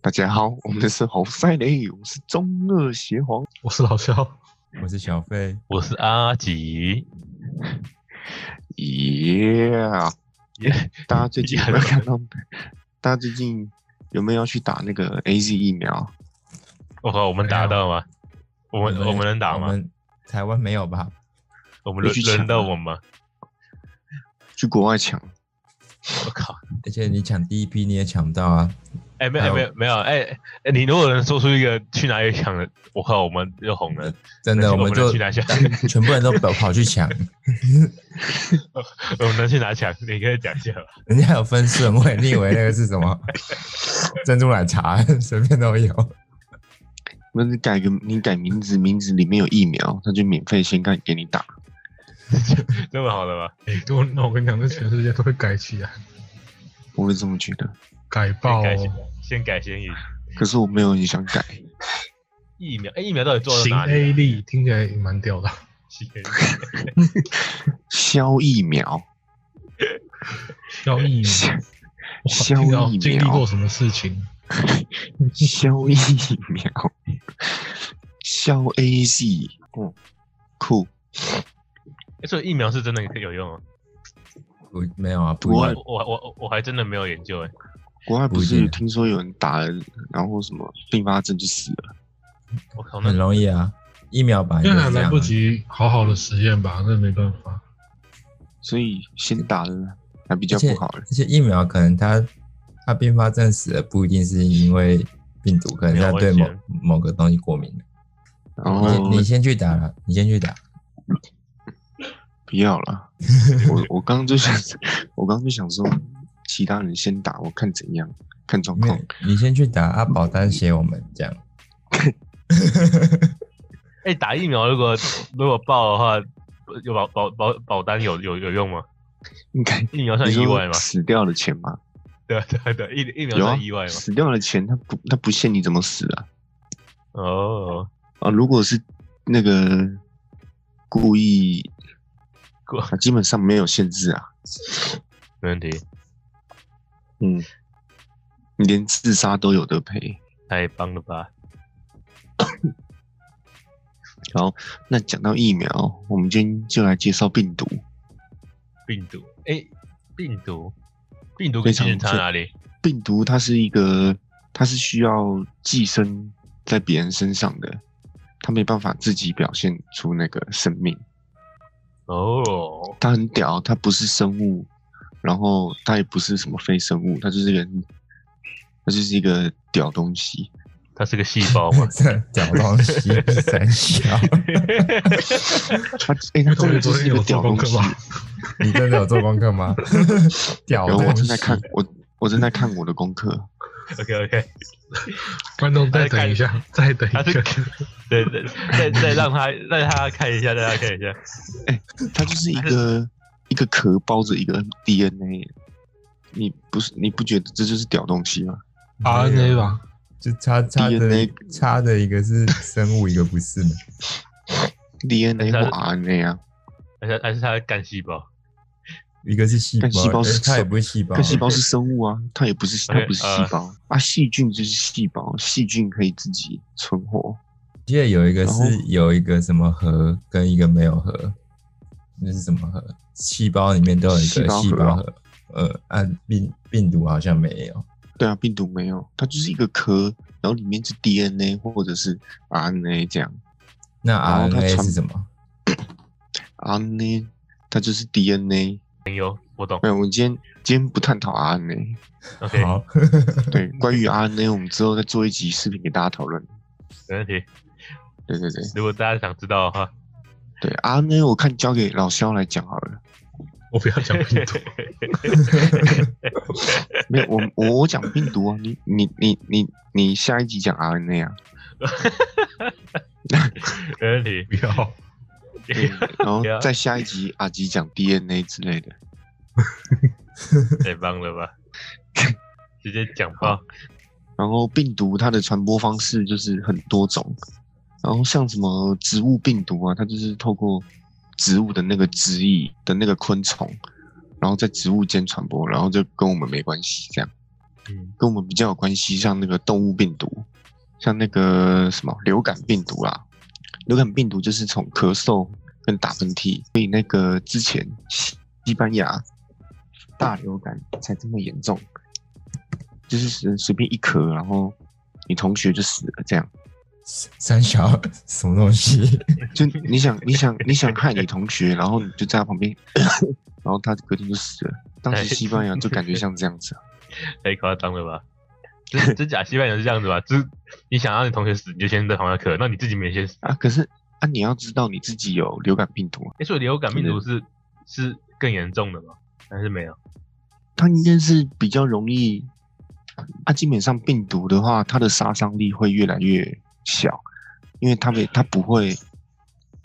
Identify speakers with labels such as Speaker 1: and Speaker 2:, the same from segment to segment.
Speaker 1: 大家好，我们是侯赛雷，我是中二邪皇。
Speaker 2: 我是老肖，
Speaker 3: 我是小费，
Speaker 4: 我是阿吉，
Speaker 1: 耶、
Speaker 4: 耶
Speaker 1: 大家最近有没有
Speaker 4: Yeah
Speaker 1: 看到？大家最近有没有要去打那个 A Z 疫苗？
Speaker 4: 我靠，我们打到吗？我们我们能打
Speaker 3: 我
Speaker 4: 吗？
Speaker 3: 们台湾没有吧？
Speaker 4: 我
Speaker 1: 必
Speaker 4: 们轮
Speaker 1: 须抢
Speaker 4: 轮到
Speaker 1: 啊
Speaker 4: 我们吗？
Speaker 1: 去国外抢？
Speaker 4: 我靠！
Speaker 3: 而且你抢第一批你也抢不到啊！
Speaker 4: 哎，没
Speaker 3: 还
Speaker 4: 有
Speaker 3: 有
Speaker 4: 没有没有，哎，哎你如果能说出一个去哪里抢的，我靠，我们又红了，
Speaker 3: 真
Speaker 4: 那
Speaker 3: 的，我
Speaker 4: 我
Speaker 3: 们
Speaker 4: 们
Speaker 3: 就
Speaker 4: 去拿下，
Speaker 3: 全部人都跑跑去抢，
Speaker 4: 我们能去哪抢？你可以讲一下吧。
Speaker 3: 人家有分顺位，你以为那个是什么珍珠奶茶，随便都有。
Speaker 1: 那你改个你改名字，名字里面有疫苗，他就免费先给给你打。
Speaker 4: 这么好的吗？
Speaker 2: 哎、给我那我跟你讲，这全世界都会改起来，
Speaker 1: 我会这么觉得，
Speaker 2: 改爆
Speaker 4: 先改！
Speaker 2: 哦
Speaker 4: 先先改先赢。
Speaker 1: 可是我没有很想改。
Speaker 4: 疫苗，哎，疫苗到底做到
Speaker 2: 行
Speaker 4: 哪里啊？哎
Speaker 2: A 力听起来也蛮屌的，
Speaker 4: 行
Speaker 1: 消疫苗，
Speaker 2: 消疫苗，
Speaker 1: 消消
Speaker 2: 哇听到
Speaker 1: 疫
Speaker 2: 经历
Speaker 1: 苗
Speaker 2: 过什么事情？
Speaker 1: 消疫苗，消 A Z，嗯，酷。
Speaker 4: 哎所以疫苗是真的有用哦。
Speaker 3: 不，没有啊，不
Speaker 1: 国
Speaker 3: 一
Speaker 1: 外
Speaker 3: 样
Speaker 4: 我我我我还真的没有研究哎。
Speaker 1: 国外不
Speaker 3: 不一
Speaker 1: 是
Speaker 3: 定
Speaker 1: 听说有人打了，然后什么并发症就死了？
Speaker 4: 我靠，那
Speaker 3: 很容易啊，疫苗版就
Speaker 2: 因
Speaker 3: 是
Speaker 2: 为还
Speaker 3: 这
Speaker 2: 来
Speaker 3: 样
Speaker 2: 不
Speaker 3: 啊。
Speaker 2: 及好好的实验吧，那没办法。
Speaker 1: 所以先打了还比较
Speaker 3: 而且
Speaker 1: 不好了。
Speaker 3: 而且疫苗可能它它并发症死了，不一定是因为病毒，可能
Speaker 4: 没有
Speaker 3: 它对
Speaker 4: 危
Speaker 3: 某
Speaker 4: 险
Speaker 3: 某个东西过敏了。
Speaker 1: 然后
Speaker 3: 你你先去打了，你先去打。
Speaker 1: 不要 了，我我刚刚就想，我刚刚就想说，其他人先打，我看怎样，看状
Speaker 3: 没有
Speaker 1: 况。，
Speaker 3: 你先去打阿保单写我们这样。？
Speaker 4: 哎、打疫苗如 果如果爆的话，有保保保保单有有有用吗？
Speaker 1: 应该
Speaker 4: 疫苗算
Speaker 1: 你
Speaker 4: 意外
Speaker 1: 说
Speaker 4: 吗？
Speaker 1: 死掉的钱吗？
Speaker 4: 对啊对啊对啊，疫疫苗
Speaker 1: 有啊
Speaker 4: 算意外，吗？
Speaker 1: 死掉的钱他不他不限你怎么死啊
Speaker 4: 哦，
Speaker 1: 啊！如果是那个故意，
Speaker 4: 故
Speaker 1: 啊基本上没有限制啊，
Speaker 4: 没问题，
Speaker 1: 嗯，你连自杀都有得赔。
Speaker 4: 太棒了吧！
Speaker 1: 那讲到疫苗，我们今天就来介绍病毒。
Speaker 4: 病毒，哎、病毒，病毒跟
Speaker 1: 非常
Speaker 4: 细菌差
Speaker 1: 正
Speaker 4: 哪里？
Speaker 1: 病毒它是一个，它是需要寄生在别人身上的，它没办法自己表现出那个生命。
Speaker 4: 哦，
Speaker 1: 它很屌，它不是生物，然后它也不是什么非生物，它就是一个，它就是一个屌东西。
Speaker 4: 它是个细胞吗
Speaker 3: 这屌东西三小，
Speaker 1: 它哎、它真的就是一个屌东 西。
Speaker 3: 你真的有做功课吗？ 屌
Speaker 1: 然后我
Speaker 3: 东
Speaker 1: 正
Speaker 3: 西
Speaker 1: 在，看我我正在看我的功课，
Speaker 4: OK OK，
Speaker 2: 观众再等一下，再等
Speaker 4: 他
Speaker 2: 一
Speaker 4: 是
Speaker 2: 下，
Speaker 4: 对对， 再再让他让他看一下，让他看一下。
Speaker 1: 它就是一个一个壳包着一个 DNA。你不是你不觉得这就是屌东西吗？
Speaker 2: RNA
Speaker 1: 啊
Speaker 2: 吧，
Speaker 3: 就差差的
Speaker 1: DNA
Speaker 3: 差的一个是生物，一个不是嘛。
Speaker 1: DNA
Speaker 4: 但
Speaker 1: 或
Speaker 4: 是
Speaker 1: RNA 啊，
Speaker 4: 还是还是他的干细胞？
Speaker 3: 一个是细胞，
Speaker 1: 但细胞
Speaker 3: 诶
Speaker 1: 是
Speaker 3: 它也不是细胞
Speaker 1: 干，细胞是生物啊，它也不是它
Speaker 4: OK，
Speaker 1: 不是细
Speaker 4: 呃
Speaker 1: 胞啊，细菌就是细胞，细菌可以自己存活。
Speaker 3: 记得有一个
Speaker 1: 然
Speaker 3: 是
Speaker 1: 后
Speaker 3: 有一个什么核跟一个没有核，那是什么核？细胞里面都有一
Speaker 1: 细
Speaker 3: 个
Speaker 1: 胞核
Speaker 3: 细胞
Speaker 1: 啊
Speaker 3: 核，呃，按病病毒好像没有。
Speaker 1: 对啊，病毒没有，它就是一个壳，然后里面是 DNA 或者是 RNA 这样
Speaker 3: 那
Speaker 1: 然哦后它
Speaker 3: RNA
Speaker 1: 传
Speaker 3: 是什么？
Speaker 1: ，RNA 它就是 DNA。
Speaker 4: 我懂。
Speaker 1: 没有，我们今天今天不探讨 RNA。
Speaker 4: OK，
Speaker 3: 好，
Speaker 1: 对，关于 RNA，我们之后再做一集视频给大家讨论。
Speaker 4: 没问题。
Speaker 1: 对对对
Speaker 4: 如果大家想知道的话，
Speaker 1: 对，RNA 我看交给老肖来讲好了。
Speaker 2: 我不要讲病毒，
Speaker 1: 没有，我我我讲病毒啊，你你你你你下一集讲 RNA 啊。
Speaker 4: 没问题。
Speaker 2: 不要。
Speaker 1: 对，然后
Speaker 4: 对啊
Speaker 1: 再下一集阿吉讲 DNA 之类的。
Speaker 4: 太棒了 吧！直接讲爆，
Speaker 1: 然后病毒它的传播方式就是很多种，然后像什么植物病毒啊，它就是透过植物的那个汁液的那个昆虫，然后在植物间传播，然后就跟我们没关系这样。
Speaker 4: 嗯
Speaker 1: 跟我们比较有关系，像那个动物病毒，像那个什么流感病毒啦，流感病毒就是从咳嗽跟打喷嚏，所以那个之前西西班牙大流感才这么严重，就是随随便一咳，然后你同学就死了这样。
Speaker 3: 三小什么东西？
Speaker 1: 就你想，你想，你想害你同学，然后你就在他旁边， 然后他隔天就死了。当时西班牙就感觉像这样子啊、
Speaker 4: 太夸张了吧？真 真假西班牙是这样子吧？就是你想让你同学死，你就先在旁边咳，那你自己没先死。
Speaker 1: 啊！可是啊，你要知道你自己有流感病毒啊，
Speaker 4: 哎、所以流感病毒是是更严重的吗？还是没有？
Speaker 1: 它应该是比较容易。啊，基本上病毒的话，它的杀伤力会越来越小，因为它没它不会，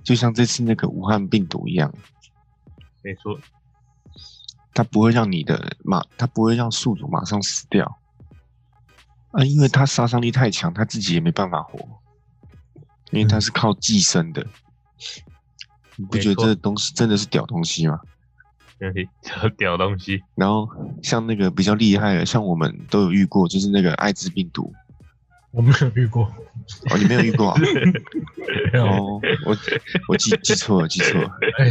Speaker 1: 就像这次那个武汉病毒一样，
Speaker 4: 没错，
Speaker 1: 它不会让你的马，它不会让宿主马上死掉。啊，因为它杀伤力太强，它自己也没办法活，因为它是靠寄生的。你不觉得
Speaker 4: 没错
Speaker 1: 这个东西真的是屌东西吗？
Speaker 4: 没问题， 这屌东西。
Speaker 1: 然后像那个比较厉害的，像我们都有遇过，就是那个艾滋病毒。
Speaker 2: 我没有遇过，
Speaker 1: 哦，你没有遇过啊？
Speaker 2: 没有。
Speaker 1: 哦，我我记记错了，记错了，
Speaker 2: 哎、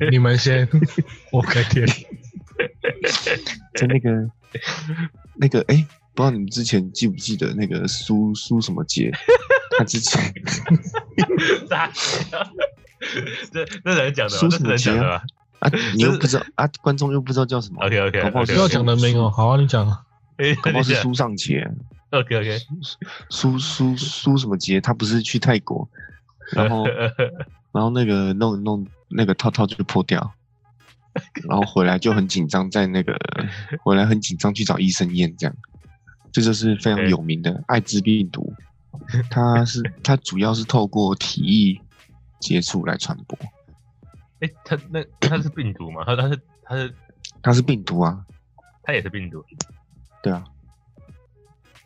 Speaker 2: 你你们先，我改天。
Speaker 1: 在那个那个哎、不知道你们之前记不记得那个苏苏什么杰，他之前
Speaker 4: 傻笑 这这人讲的吧，
Speaker 1: 说
Speaker 4: 这
Speaker 1: 什
Speaker 4: 是
Speaker 1: 么
Speaker 4: 人
Speaker 1: 节
Speaker 4: 讲
Speaker 1: 啊
Speaker 4: 的吧
Speaker 1: 啊，你又不知道啊，观众又不知道叫什么，
Speaker 4: ？OK OK
Speaker 1: 啊搞不好
Speaker 2: 不
Speaker 4: OK，
Speaker 2: 要讲的没有，好啊，你讲啊。
Speaker 4: 哎，
Speaker 1: 搞
Speaker 4: 等
Speaker 1: 不好
Speaker 4: 一
Speaker 1: 是
Speaker 4: 下
Speaker 1: 苏尚杰，
Speaker 4: ，OK OK，
Speaker 1: 苏苏苏什么杰，他不是去泰国，然
Speaker 4: 呃
Speaker 1: 后然后那个弄弄那个套套就破掉，然后回来就很紧张，在那个回来很紧张去找医生验，这样，这就是非常
Speaker 4: OK
Speaker 1: 有名的艾滋病毒，它是它主要是透过体液接触来传播，
Speaker 4: 哎，他那他是病毒嘛？他他是他是
Speaker 1: 它是病毒啊，
Speaker 4: 他也是病毒，
Speaker 1: 对啊，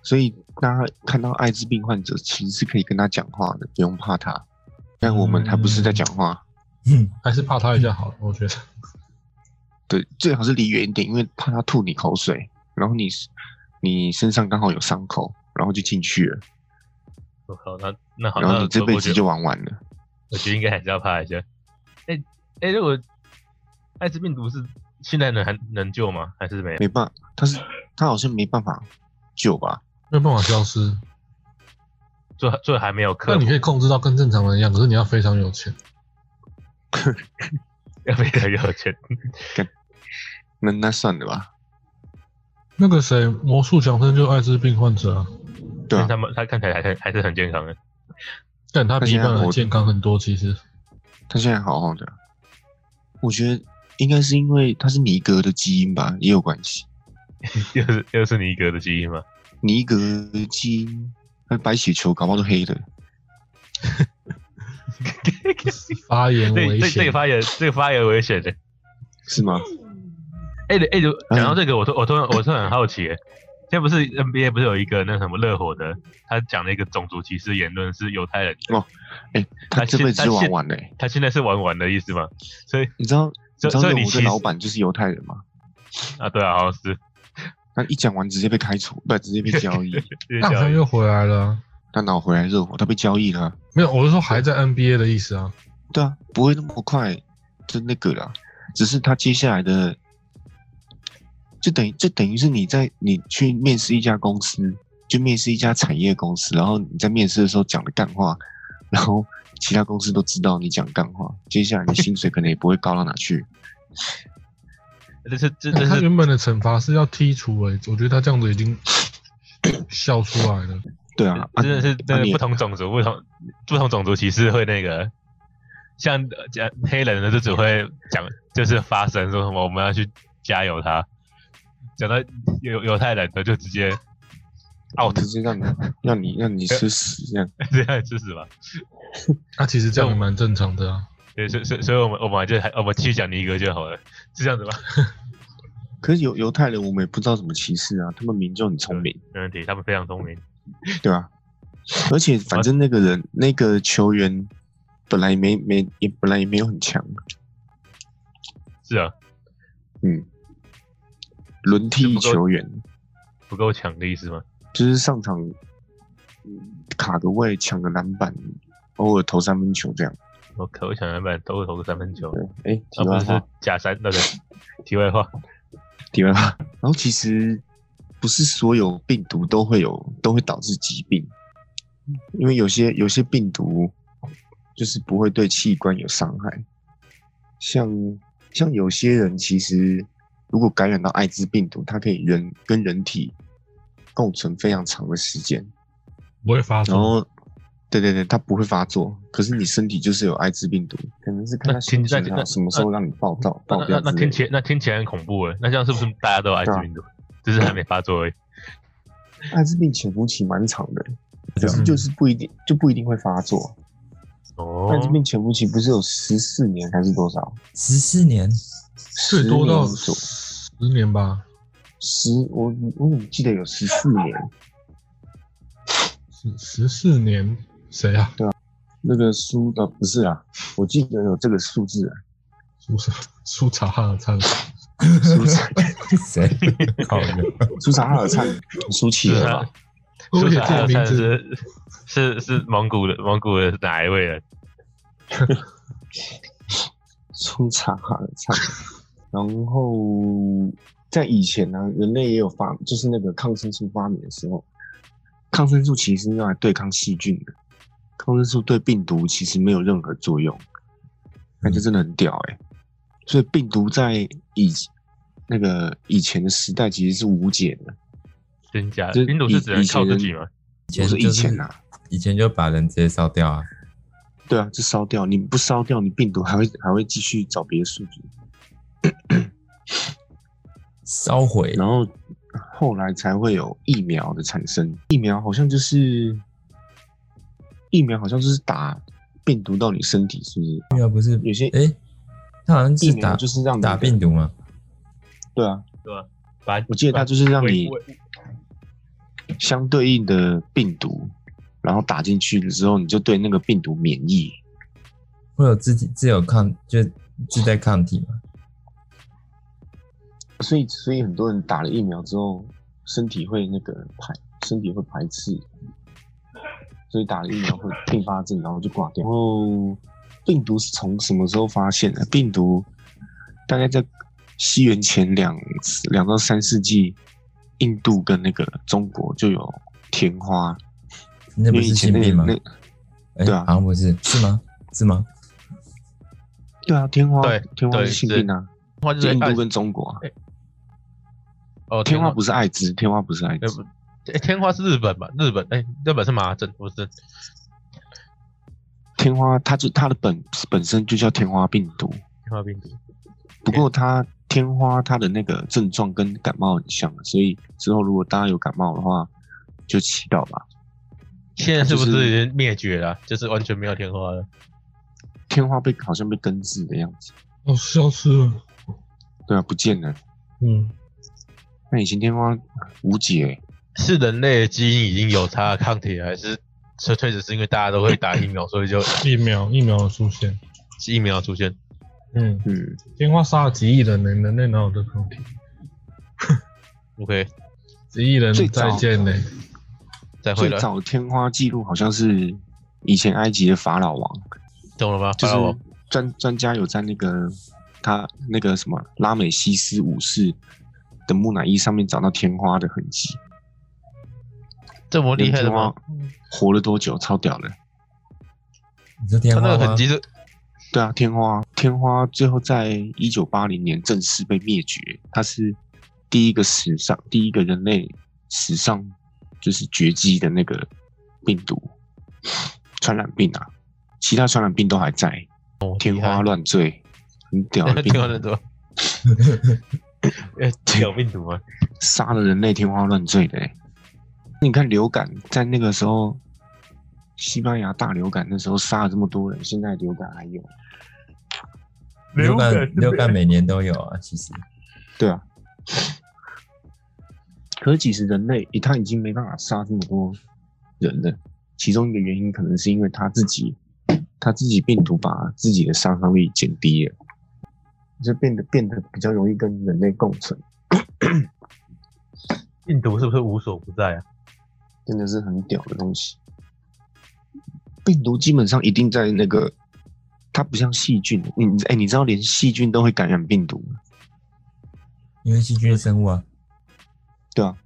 Speaker 1: 所以大家看到艾滋病患者，其实是可以跟他讲话的，不用怕他。但我们还不是在讲话，
Speaker 3: 嗯，
Speaker 2: 还是怕他一下好了，我觉得。
Speaker 1: 对，最好是离远一点，因为怕他吐你口水，然后你你身上刚好有伤口，然后就进去了，
Speaker 4: 我靠，那那好，
Speaker 1: 然
Speaker 4: 啊那
Speaker 1: 后你这辈
Speaker 4: 我
Speaker 1: 子
Speaker 4: 觉
Speaker 1: 就
Speaker 4: 得
Speaker 1: 玩完了。
Speaker 4: 我觉得应该还是要怕一下。哎哎，如果艾滋病毒是现在能还能救吗？还是没有？
Speaker 1: 没办法，他是他好像没办法救吧？
Speaker 2: 没有办法消失，
Speaker 4: 最最还没有克
Speaker 2: 但你
Speaker 4: 服，
Speaker 2: 可以控制到跟正常人一样，可是你要非常有钱。
Speaker 4: 要非常有钱。
Speaker 1: 那那算了吧，
Speaker 2: 那个谁，魔术强森就艾滋病患者啊，
Speaker 1: 对啊
Speaker 4: 但，他们他看起来还是还是很健康的。
Speaker 2: 但他比一
Speaker 1: 他现
Speaker 2: 般
Speaker 1: 在
Speaker 2: 人
Speaker 1: 活
Speaker 2: 健康很多。其实，
Speaker 1: 他现在好好的，我觉得应该是因为他是尼格的基因吧，也有关系。
Speaker 4: 又是又是尼格的基因吗？
Speaker 1: 尼格基因，那白血球搞不好都黑的。
Speaker 2: 发言
Speaker 4: 这这
Speaker 2: 危
Speaker 4: 这个
Speaker 2: 险，
Speaker 4: 发言，这个发言危险的。
Speaker 1: 是吗？
Speaker 4: 哎、欸，哎、
Speaker 1: 嗯
Speaker 4: 如讲到这个，我突我突然我突然很好奇耶，现在不是 NBA 不是有一个那什么热火的，他讲了一个种族歧视言论是犹太人，
Speaker 1: 他
Speaker 4: 他
Speaker 1: 这
Speaker 4: 现
Speaker 1: 辈子就
Speaker 4: 他
Speaker 1: 玩
Speaker 4: 现
Speaker 1: 完了欸、
Speaker 4: 他现在是玩完的意思吗？所以
Speaker 1: 你知道你知
Speaker 4: 所以
Speaker 1: 道
Speaker 4: 所以
Speaker 1: 我
Speaker 4: 你
Speaker 1: 的
Speaker 4: 歧
Speaker 1: 老
Speaker 4: 视
Speaker 1: 板就是犹太人吗？
Speaker 4: 啊，对啊，好像是，
Speaker 1: 他一讲完直接被开除，不直接被交 易。
Speaker 4: 这
Speaker 2: 那好像又回来了啊。
Speaker 1: 他哪有回来热火？他被交易了啊、
Speaker 2: 没有，我是说还在 NBA 的意思啊。
Speaker 1: 对啊，不会那么快就那个啦。只是他接下来的，就等于就等于是你在你去面试一家公司，就面试一家产业公司，然后你在面试的时候讲的干话，然后其他公司都知道你讲干话，接下来你薪水可能也不会高到哪去。
Speaker 4: 这是这这
Speaker 2: 他
Speaker 4: 是
Speaker 2: 原本的惩罚是要剔除诶、我觉得他这样子已经笑出来了。
Speaker 1: 对啊，啊
Speaker 4: 真的是真
Speaker 1: 啊
Speaker 4: 的
Speaker 1: 你
Speaker 4: 不同种族不同不同种族歧视会那个，像呃讲黑人的就只会讲就是发声说什么我们要去加油他，讲到犹犹太人的就直接 out
Speaker 1: 直接让你让你让你吃屎这样。
Speaker 4: 这样吃屎吧。
Speaker 2: 他、其实这样也蛮正常的啊。
Speaker 4: 对，所以所以所以我们我们还就还我们继续讲尼哥就好了，是这样子吧？
Speaker 1: 可是犹犹太人，我们也不知道怎么歧视啊，他们明就很聪明，
Speaker 4: 没问题，他们非常聪明。
Speaker 1: 对吧、而且反正那个人那个球员本来也没没也本来也没有很强，
Speaker 4: 是啊，
Speaker 1: 嗯，轮替球员
Speaker 4: 不够强的意思吗？
Speaker 1: 就是上场嗯卡个位、抢个篮板，偶尔投三分球这样。
Speaker 4: 我可我想篮板都会投个三分球，
Speaker 1: 对，哎、题
Speaker 4: 而不
Speaker 1: 外
Speaker 4: 是
Speaker 1: 话，
Speaker 4: 假三那个 题外话。
Speaker 1: 题外话。 然后其实不是所有病毒都会有都会导致疾病，因为有些有些病毒就是不会对器官有伤害，像像有些人其实如果感染到艾滋病毒，它可以人跟人体共存非常长的时间，
Speaker 2: 不会发
Speaker 1: 然
Speaker 2: 作。
Speaker 1: 后。对对对，它不会发作，可是你身体就是有艾滋病毒，可能是看
Speaker 4: 那
Speaker 1: 它心
Speaker 4: 听那
Speaker 1: 情
Speaker 4: 那
Speaker 1: 啊，什么时候让你爆到
Speaker 4: 那
Speaker 1: 爆
Speaker 4: 那
Speaker 1: 掉
Speaker 4: 那
Speaker 1: 之类
Speaker 4: 听
Speaker 1: 的
Speaker 4: 起来那听起来很恐怖哎，那这样是不是大家都有艾滋病毒，只是还没发作而已？
Speaker 1: 艾滋病潜伏期蛮长的，可是
Speaker 2: 嗯
Speaker 1: 就是不一定就不一定会发作。
Speaker 4: 哦，
Speaker 1: 艾滋病潜伏期不是有十四年还是多少？
Speaker 3: 十四年，
Speaker 2: 最多到
Speaker 1: 10年左
Speaker 2: 十年吧，
Speaker 1: 十，我我怎么记得有十四年？
Speaker 2: 十十四年，谁啊？
Speaker 1: 那个苏呃不是啊，我记得有这个数字啊，
Speaker 2: 苏 啥苏察哈尔灿，
Speaker 1: 苏察
Speaker 3: 谁？ 靠腰
Speaker 1: 苏察哈尔灿苏乞
Speaker 2: 啊
Speaker 1: 儿吧？
Speaker 2: 而且
Speaker 4: 是
Speaker 2: 这个名字
Speaker 4: 是是是蒙古的蒙古的哪一位人？
Speaker 1: 苏察哈尔灿。然后在以前呢、人类也有发，就是那个抗生素发明的时候，抗生素其实是用来对抗细菌的，抗生素对病毒其实没有任何作用，那就真的很屌哎、所以病毒在以那个以前的时代其实是无解的，
Speaker 4: 真假的？
Speaker 1: 就是
Speaker 4: 呃冰毒是
Speaker 1: 以
Speaker 4: 只能靠自己吗？
Speaker 3: 以
Speaker 1: 不
Speaker 3: 前
Speaker 1: 是以前呐、
Speaker 3: 啊，以前就把人直接烧掉啊。
Speaker 1: 对啊，就烧掉，你不烧掉，你病毒还会还会继续找别的宿主，
Speaker 3: 烧毁，
Speaker 1: 然后后来才会有疫苗的产生。疫苗好像就是疫苗，好像就是打病毒到你身体，是不是？
Speaker 3: 疫苗不是
Speaker 1: 有些
Speaker 3: 哎、他好像是
Speaker 1: 疫苗
Speaker 3: 打
Speaker 1: 就是让你
Speaker 3: 打病
Speaker 1: 毒，
Speaker 3: 毒嘛，
Speaker 1: 对啊，
Speaker 4: 对吧？把
Speaker 1: 我记得它就是让你
Speaker 4: 喂
Speaker 1: 相对应的病毒，然后打进去了之后，你就对那个病毒免疫。
Speaker 3: 会有自己自有抗就自带抗体嘛。
Speaker 1: 所以，所以很多人打了疫苗之后，身体会那个排，身体会排斥，所以打了疫苗会并发症，然后就挂掉。然后，哦病毒是从什么时候发现的？病毒大概在西元前两两到三世纪，印度跟那个中国就有天花，
Speaker 3: 那
Speaker 1: 因
Speaker 3: 不
Speaker 1: 为以
Speaker 3: 是
Speaker 1: 前
Speaker 3: 性
Speaker 1: 那个
Speaker 3: 病吗？
Speaker 1: 那
Speaker 3: 哎、
Speaker 1: 对啊
Speaker 3: 好像不是，是吗？是吗？
Speaker 1: 对啊，天花
Speaker 4: 对
Speaker 1: 天花
Speaker 4: 对
Speaker 1: 是性病啊，
Speaker 4: 花就是
Speaker 1: 就印
Speaker 4: 艾
Speaker 1: 度跟中国啊，
Speaker 4: 哦
Speaker 1: 天花
Speaker 4: 不
Speaker 1: 不是艾滋，天花不是艾滋，
Speaker 4: 哎天花是日本吧？日本哎日本是麻疹不是？
Speaker 1: 天花它就它的本本身就叫天花病毒。
Speaker 4: 天花病毒
Speaker 1: 不过它天花它的那个症状跟感冒很像，所以之后如果大家有感冒的话，就祈祷吧。
Speaker 4: 现在是不
Speaker 1: 就是是
Speaker 4: 已经灭绝了啊？就是完全没有天花了。
Speaker 1: 天花被好像被根治的样子，
Speaker 2: 哦消失了，
Speaker 1: 对啊，不见了。
Speaker 2: 嗯，
Speaker 1: 那以前天花无解、
Speaker 4: 是人类的基因已经有它的抗体了，还是纯粹只是因为大家都会打疫苗，所以就
Speaker 2: 疫苗疫苗的出现，
Speaker 4: 疫苗出现？
Speaker 2: 嗯，
Speaker 1: 嗯，
Speaker 2: 天花杀了几亿人呢，人类哪有这抗体？
Speaker 4: OK，
Speaker 2: 几亿人
Speaker 1: 最
Speaker 2: 再
Speaker 1: 早
Speaker 2: 见 嘞，
Speaker 4: 再会
Speaker 1: 最
Speaker 4: 了，
Speaker 1: 早的天花记录好像是以前埃及的法老王，
Speaker 4: 懂了吗？
Speaker 1: 就
Speaker 4: 巴拉王
Speaker 1: 是专专家有在那个他那个什么拉美西斯五世的木乃伊上面找到天花的痕迹。
Speaker 4: 这么厉害的
Speaker 1: 天
Speaker 4: 吗
Speaker 1: 花？活了多久？超屌的。
Speaker 3: 你
Speaker 4: 他
Speaker 3: 说
Speaker 1: 啊
Speaker 3: 天
Speaker 4: 那
Speaker 3: 花
Speaker 4: 个
Speaker 3: 吗
Speaker 4: 痕？迹是
Speaker 1: 对啊，天花，天花最后在一九八零年正式被灭绝，它是第一个史上第一个人类史上就是绝迹的那个病毒传染病啊，其他传染病都还在，天花乱坠，很屌 的病
Speaker 4: 天
Speaker 1: 毒，
Speaker 4: 花乱多。 呃，有病毒吗？
Speaker 1: 杀了人类天花乱坠的、欸。你看流感在那个时候，西班牙大流感那时候杀了这么多人，现在流感还有，
Speaker 3: 流感流感每年都有啊，其实
Speaker 1: 对啊。 可是其实人类他已经没办法杀这么多人了，其中一个原因可能是因为他自己， 他自己病毒把自己的杀伤力减低了，就变得变得比较容易跟人类共存。
Speaker 4: 病毒是不是无所不在啊？
Speaker 1: 真的是很屌的东西。病毒基本上一定在那个，它不像细菌，你哎、你知道连细菌都会感染病毒吗，
Speaker 3: 因为细菌是生物啊，
Speaker 1: 对啊，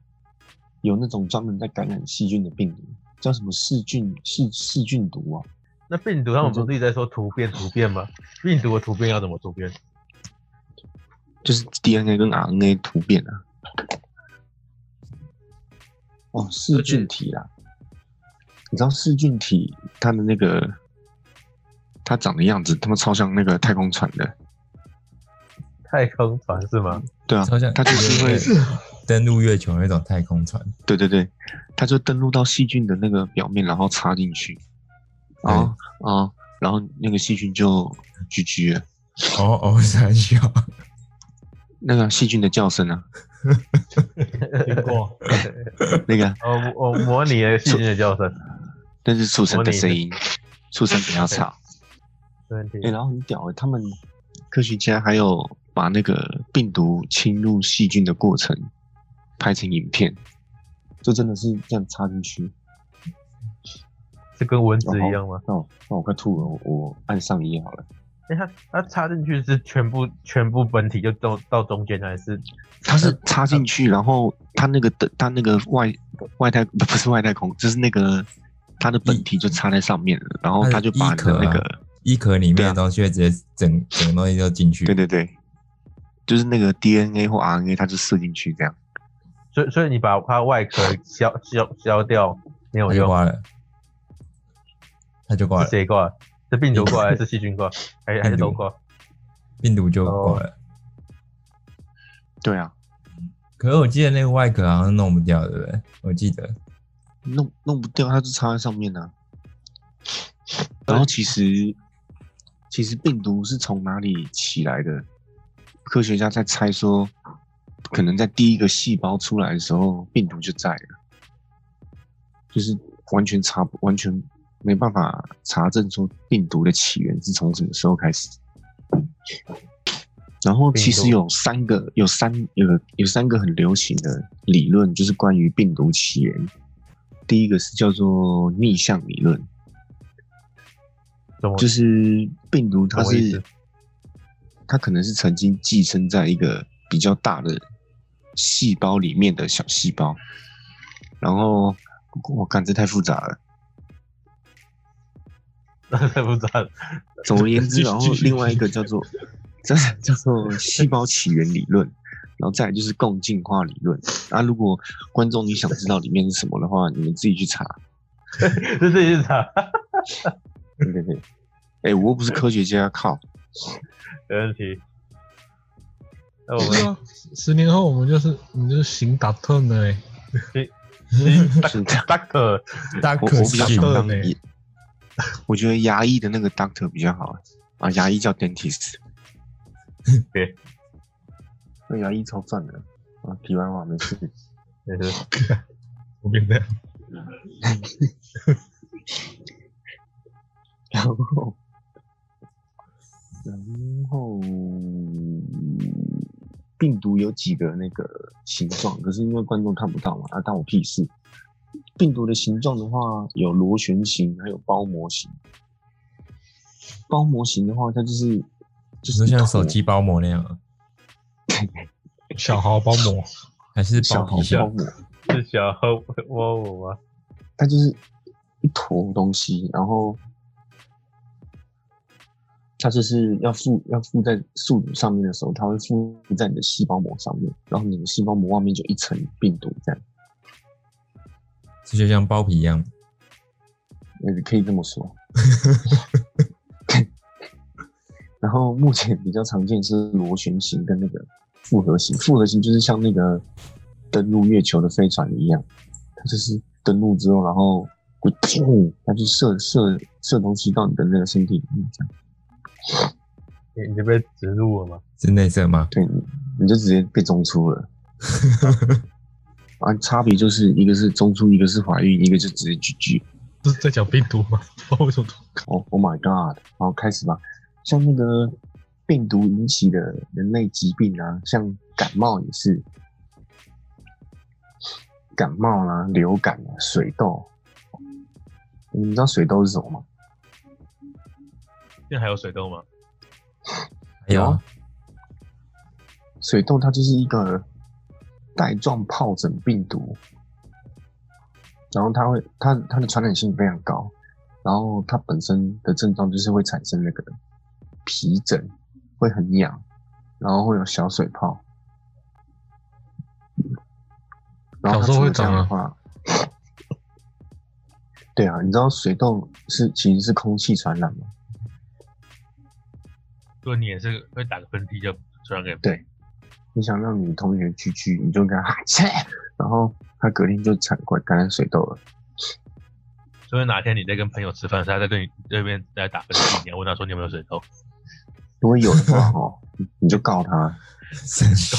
Speaker 1: 有那种专门在感染细菌的病毒，叫什么噬菌噬噬菌毒啊？
Speaker 4: 那病毒他们不是一直在说突变突变吗？病毒的突变要怎么突变？
Speaker 1: 就是 DNA 跟 RNA 突变啊。哦，噬菌体啦，你知道噬菌体它的那个，它长的样子，他妈超像那个太空船的，
Speaker 4: 太空船是吗？
Speaker 1: 对啊，
Speaker 3: 超像
Speaker 1: 它就是会，
Speaker 3: 登陆月球那种太空船，
Speaker 1: 对对对，它就登陆到细菌的那个表面，然后插进去，啊啊、然后那个细菌就 GG 了，
Speaker 3: 哦哦，三小，
Speaker 1: 那个细菌的叫声 啊，
Speaker 2: 听过，
Speaker 1: 那个
Speaker 4: 哦，我我模拟了细菌的叫声，
Speaker 1: 那是畜生的
Speaker 4: 模拟的
Speaker 1: 声音，畜生比较 吵。
Speaker 4: 没问题
Speaker 1: 哎、。然后很屌哎、他们科学家还有把那个病毒侵入细菌的过程拍成影片，就真的是这样插进去。
Speaker 4: 是跟蚊子一样吗？
Speaker 1: 那我那我快吐了，我我按上一页好了。
Speaker 4: 哎、它它插进去是全部全部本体就到到中间还是？
Speaker 1: 它是插进去，然后它那个的它那个外外太不不是外太空，就是那个它的本体就插在上面了，然后它就把你的那啊
Speaker 3: 它的衣壳
Speaker 1: 个
Speaker 3: 衣壳里面的东西会直接整整个东西都进去
Speaker 1: 对，对对，就是那个 DNA 或 RNA，它就射进去这样。
Speaker 4: 所以所以你把它外壳削削削掉没哦有
Speaker 3: 它就
Speaker 4: 用，
Speaker 3: 挂了，它就挂
Speaker 4: 是
Speaker 3: 了，
Speaker 4: 谁挂？是病毒挂还是细菌挂？还是还是都挂？
Speaker 3: 病毒就挂了。
Speaker 1: 对啊，
Speaker 3: 可是我记得那个外壳好像弄不掉，对不对？我记得
Speaker 1: 弄弄不掉，它就插在上面啊。然后其实其实病毒是从哪里起来的？科学家在猜说，可能在第一个细胞出来的时候，病毒就在了，就是完全查不完全没办法查证说病毒的起源是从什么时候开始。然后其实
Speaker 4: 病毒
Speaker 1: 有三个有三有有三个很流行的理论，就是关于病毒起源。第一个是叫做逆向理论，
Speaker 4: 怎么？
Speaker 1: 就是病毒它
Speaker 4: 懂我意
Speaker 1: 是
Speaker 4: 思
Speaker 1: 它可能是曾经寄生在一个比较大的细胞里面的小细胞，然后我感这太复杂了。
Speaker 4: 太复杂了。
Speaker 1: 总而言之，
Speaker 2: 继续
Speaker 1: 然后
Speaker 2: 继续
Speaker 1: 另外一个叫做叫叫做细胞起源理论，然后再来就是共进化理论。啊，如果观众你想知道里面是什么的话，你们自己去查。
Speaker 4: 这这是啥？
Speaker 1: 对对对，哎、我又不是科学家，靠！
Speaker 4: 没问题。那我
Speaker 2: 是
Speaker 4: 们
Speaker 2: 啊，十年后我们就是我们就是行打特呢、欸，
Speaker 1: 是这样
Speaker 4: Doctor
Speaker 3: 大
Speaker 1: 我
Speaker 3: 可
Speaker 1: 我比较想
Speaker 3: 信
Speaker 2: 特
Speaker 1: 当
Speaker 2: 呢
Speaker 1: 医，我觉得牙医的那个 doctor 比较好啊，牙医叫 dentist。
Speaker 4: 对，
Speaker 1: 那牙医超赞的啊！题外话，没事。
Speaker 4: 没事，
Speaker 2: 我变态。
Speaker 1: 然后，然后病毒有几个那个形状，可是因为观众看不到嘛，啊，当我屁事。病毒的形状的话，有螺旋形，还有包膜型。包膜型的话，它就是就
Speaker 3: 就是
Speaker 1: 一
Speaker 3: 是像
Speaker 1: 坨
Speaker 3: 手机包膜那样啊，
Speaker 2: 小豪包膜，
Speaker 3: 还是包
Speaker 1: 小
Speaker 3: 皮下
Speaker 1: 包？膜，
Speaker 4: 是小猴窝我吗？
Speaker 1: 它就是一坨东西，然后它就是要附要附在宿主上面的时候，它会附在你的细胞膜上面，然后你的细胞膜外面就一层病毒这样，
Speaker 3: 这就像包皮一样，
Speaker 1: 也可以这么说。然后目前比较常见是螺旋形跟那个复合型，复合型就是像那个登陆月球的飞船一样，它就是登陆之后，然后我砰，它就射射射东西到你的那个身体里面，这样
Speaker 4: 你你就被植入了吗？
Speaker 3: 是内射吗？
Speaker 1: 对，你你就直接被中出了。啊，差别就是一个是中出，一个是怀孕，一个就直接 GG。
Speaker 2: 这是在讲病毒吗？不知道为什么突然
Speaker 1: 哦、oh, my god！好，开始吧。像那个病毒引起的人类疾病啊，像感冒也是，感冒啦、流感啦、水痘。你们知道水痘是什么吗？
Speaker 4: 现在还有水痘吗？
Speaker 3: 还有啊
Speaker 1: 水痘它就是一个带状疱疹病毒，然后它会它它的传染性非常高，然后它本身的症状就是会产生那个皮疹，会很痒，然后会有小水泡。然后它
Speaker 2: 小时候
Speaker 1: 除了
Speaker 2: 会
Speaker 1: 这样
Speaker 2: 长啊
Speaker 1: 的话，对啊，你知道水痘是其实是空气传染吗？
Speaker 4: 如果你也是会打个喷嚏就传染给
Speaker 1: 对你想让你同学去去，你就跟他哈切，然后他隔天就产感感染水痘了。
Speaker 4: 所以哪天你在跟朋友吃饭，他在对你对面在打喷嚏，你要问他说你有没有水痘？
Speaker 1: 如果有的话哦，你就告他。
Speaker 3: 三小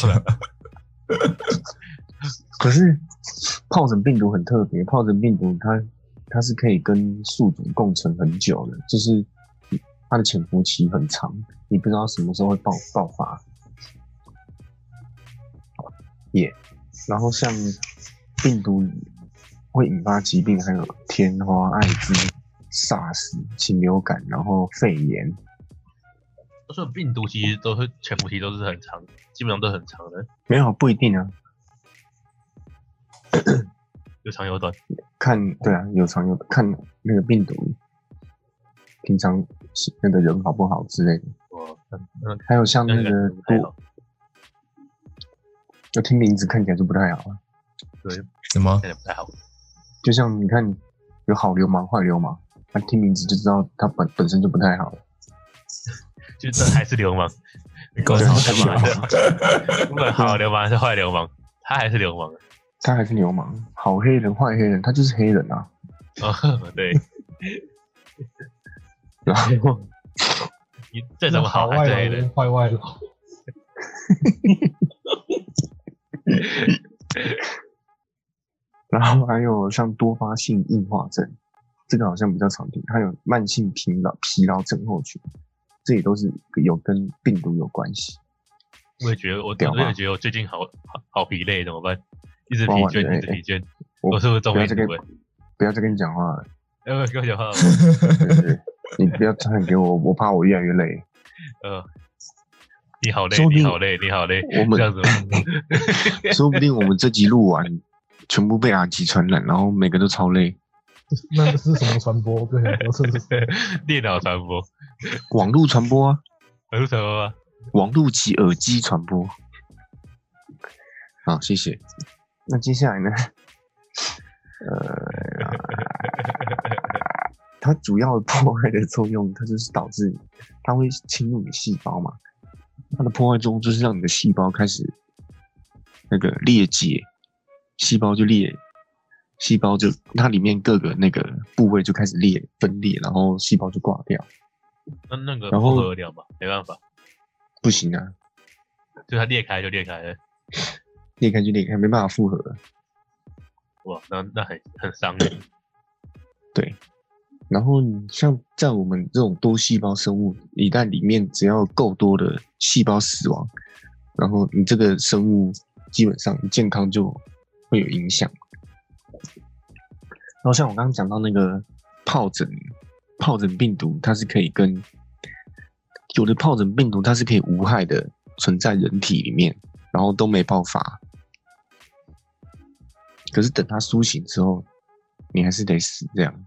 Speaker 1: 可是疱疹病毒很特别，疱疹病毒它它是可以跟宿主共存很久的，就是它的潜伏期很长，你不知道什么时候会爆爆发。也、然后像病毒会引发疾病，还有天花、艾滋、SARS、禽流感，然后肺炎，
Speaker 4: 所以病毒其实都是潜伏期都是很长，基本上都很长的，
Speaker 1: 没有不一定啊，
Speaker 4: 有长有短。
Speaker 1: 看，对啊，有常有看那个病毒，平常是那个人好不好之类的。
Speaker 4: 哦，那那
Speaker 1: 还有像那
Speaker 4: 那个
Speaker 1: 个
Speaker 4: 不太
Speaker 1: 多
Speaker 4: 好，
Speaker 1: 就听名字看起来就不太好了。 啊
Speaker 3: 什么
Speaker 4: 那也不太好。
Speaker 1: 就像你看，有好流氓、坏流氓，他听名字就知道他本本身就不太好了。
Speaker 4: 就这还是流 氓，
Speaker 3: 够
Speaker 4: 流氓
Speaker 3: 好笑
Speaker 4: 是不管好流氓还是坏流氓，他还是流氓。
Speaker 1: 他还是流氓，好黑人、坏黑人，他就是黑人啊。
Speaker 4: 哦，对，
Speaker 1: 然后，
Speaker 4: 你再怎么好还是黑人，，
Speaker 2: 坏外劳，
Speaker 1: 然后还有像多发性硬化症，这个好像比较常听。还有慢性疲劳、疲劳症候群，这也都是有跟病毒有关系。
Speaker 4: 我也觉得我
Speaker 1: 屌
Speaker 4: 我
Speaker 1: 吧
Speaker 4: 也觉得我最近好好好疲累，怎么办？一直疲
Speaker 1: 哇哇
Speaker 4: 倦，
Speaker 1: 对
Speaker 4: 一直疲倦，
Speaker 1: 我
Speaker 4: 我是不是中
Speaker 1: 不要
Speaker 4: 文
Speaker 1: 再
Speaker 4: 读
Speaker 1: 跟
Speaker 4: 了？
Speaker 1: 不要再跟你讲话了，
Speaker 4: 哎，我跟我 讲话，
Speaker 1: 对对对你不要传染给我，我怕我越来越累。
Speaker 4: 呃，你好累，
Speaker 1: 说不定
Speaker 4: 你好累，你好累，
Speaker 1: 我们
Speaker 4: 这样子吗？
Speaker 1: 说不定我们这集录完，全部被阿吉传染，然后每个都超累。
Speaker 2: 那是什么传播？对，我是
Speaker 4: 电脑传播，
Speaker 1: 网络传播啊，
Speaker 4: 还是什么吗？
Speaker 1: 网络及耳机传播。好，谢谢。那接下来 呢？呃它主要破坏的作用，它就是导致它会侵入你细胞嘛。它的破坏作用就是让你的细胞开始那个裂解，细胞就裂，细胞就它里面各个那个部位就开始裂分裂，然后细胞就挂掉。
Speaker 4: 那那个
Speaker 1: 然
Speaker 4: 不
Speaker 1: 后
Speaker 4: 合得了嘛，没办法，
Speaker 1: 不行啊，
Speaker 4: 就它裂开就裂开了，
Speaker 1: 裂开就裂开，没办法复合了。
Speaker 4: 哇，那那很很伤人。
Speaker 1: 然后你像在我们这种多细胞生物，一旦里面只要有够多的细胞死亡，然后你这个生物基本上健康就会有影响。然后像我刚刚讲到那个疱疹，疱疹病毒它是可以跟有的疱疹病毒它是可以无害的存在人体里面，然后都没爆发。可是等它苏醒之后，你还是得死这样。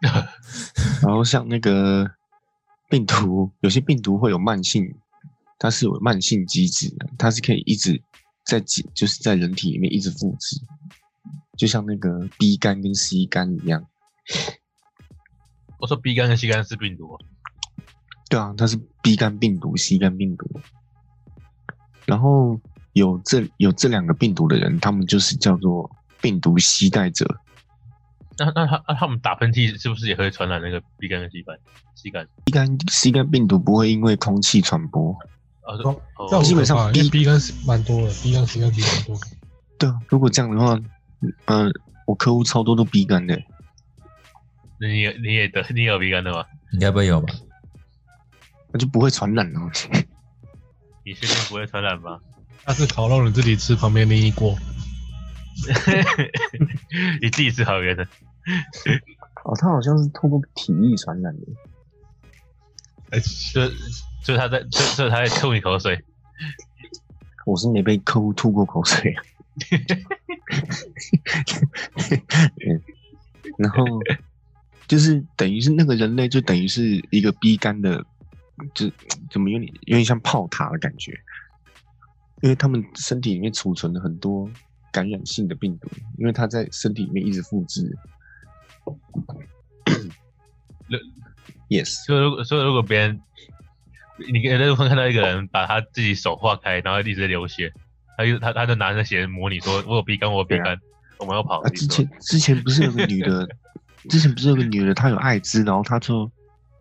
Speaker 1: 然后像那个病毒，有些病毒会有慢性，它是有慢性机制的，它是可以一直在几，就是在人体里面一直复制，就像那个 B 肝跟 C 肝一样。
Speaker 4: 我说 B 肝跟 C 肝是病毒哦，
Speaker 1: 对啊，它是 B 肝病毒、C 肝病毒。然后有这有这两个病毒的人，他们就是叫做病毒携带者。
Speaker 4: 那那他那他们打喷嚏是不是也会传染那个 B 肝跟 C 肝？C 肝
Speaker 1: B 肝 C 肝病毒不会因为空气传播。
Speaker 4: 啊，是
Speaker 2: 哦
Speaker 4: 哦，
Speaker 1: 基本上 B-
Speaker 2: 因为 B 跟 C 蛮多的，B 跟 C 跟 B 蛮多的，
Speaker 1: 对啊，如果这样的话，嗯、我客户超多都 B 肝的、
Speaker 4: 你也你也得你也有 B 肝的吗？
Speaker 3: 应该不会有吧？
Speaker 1: 那就不会传染了。
Speaker 4: 你确定不会传染吗？
Speaker 2: 下次烤肉你自己吃，旁边拎一锅。
Speaker 4: 你自己是啊合约的，
Speaker 5: 哦，他好像是透过体液传染的。
Speaker 4: 哎就就他在就就他在吐你口水，
Speaker 1: 我是没被客户吐过口水啊。 嗯然后就是等于是那个人类，就等于是一个逼干的，就怎么有点有点像炮塔的感觉，因为他们身体里面储存了很多感染性的病毒，因为它在身体里面一直复制。yes，
Speaker 4: 所以如果所以如果别人你在路上看到一个人把他自己手划开，然后一直流血，他就他他就拿着血模拟说，我有鼻干，我有鼻干，我们要跑。
Speaker 1: 啊，之前之前不是有个女 的，之前不是有个女的，她有艾滋，然后她就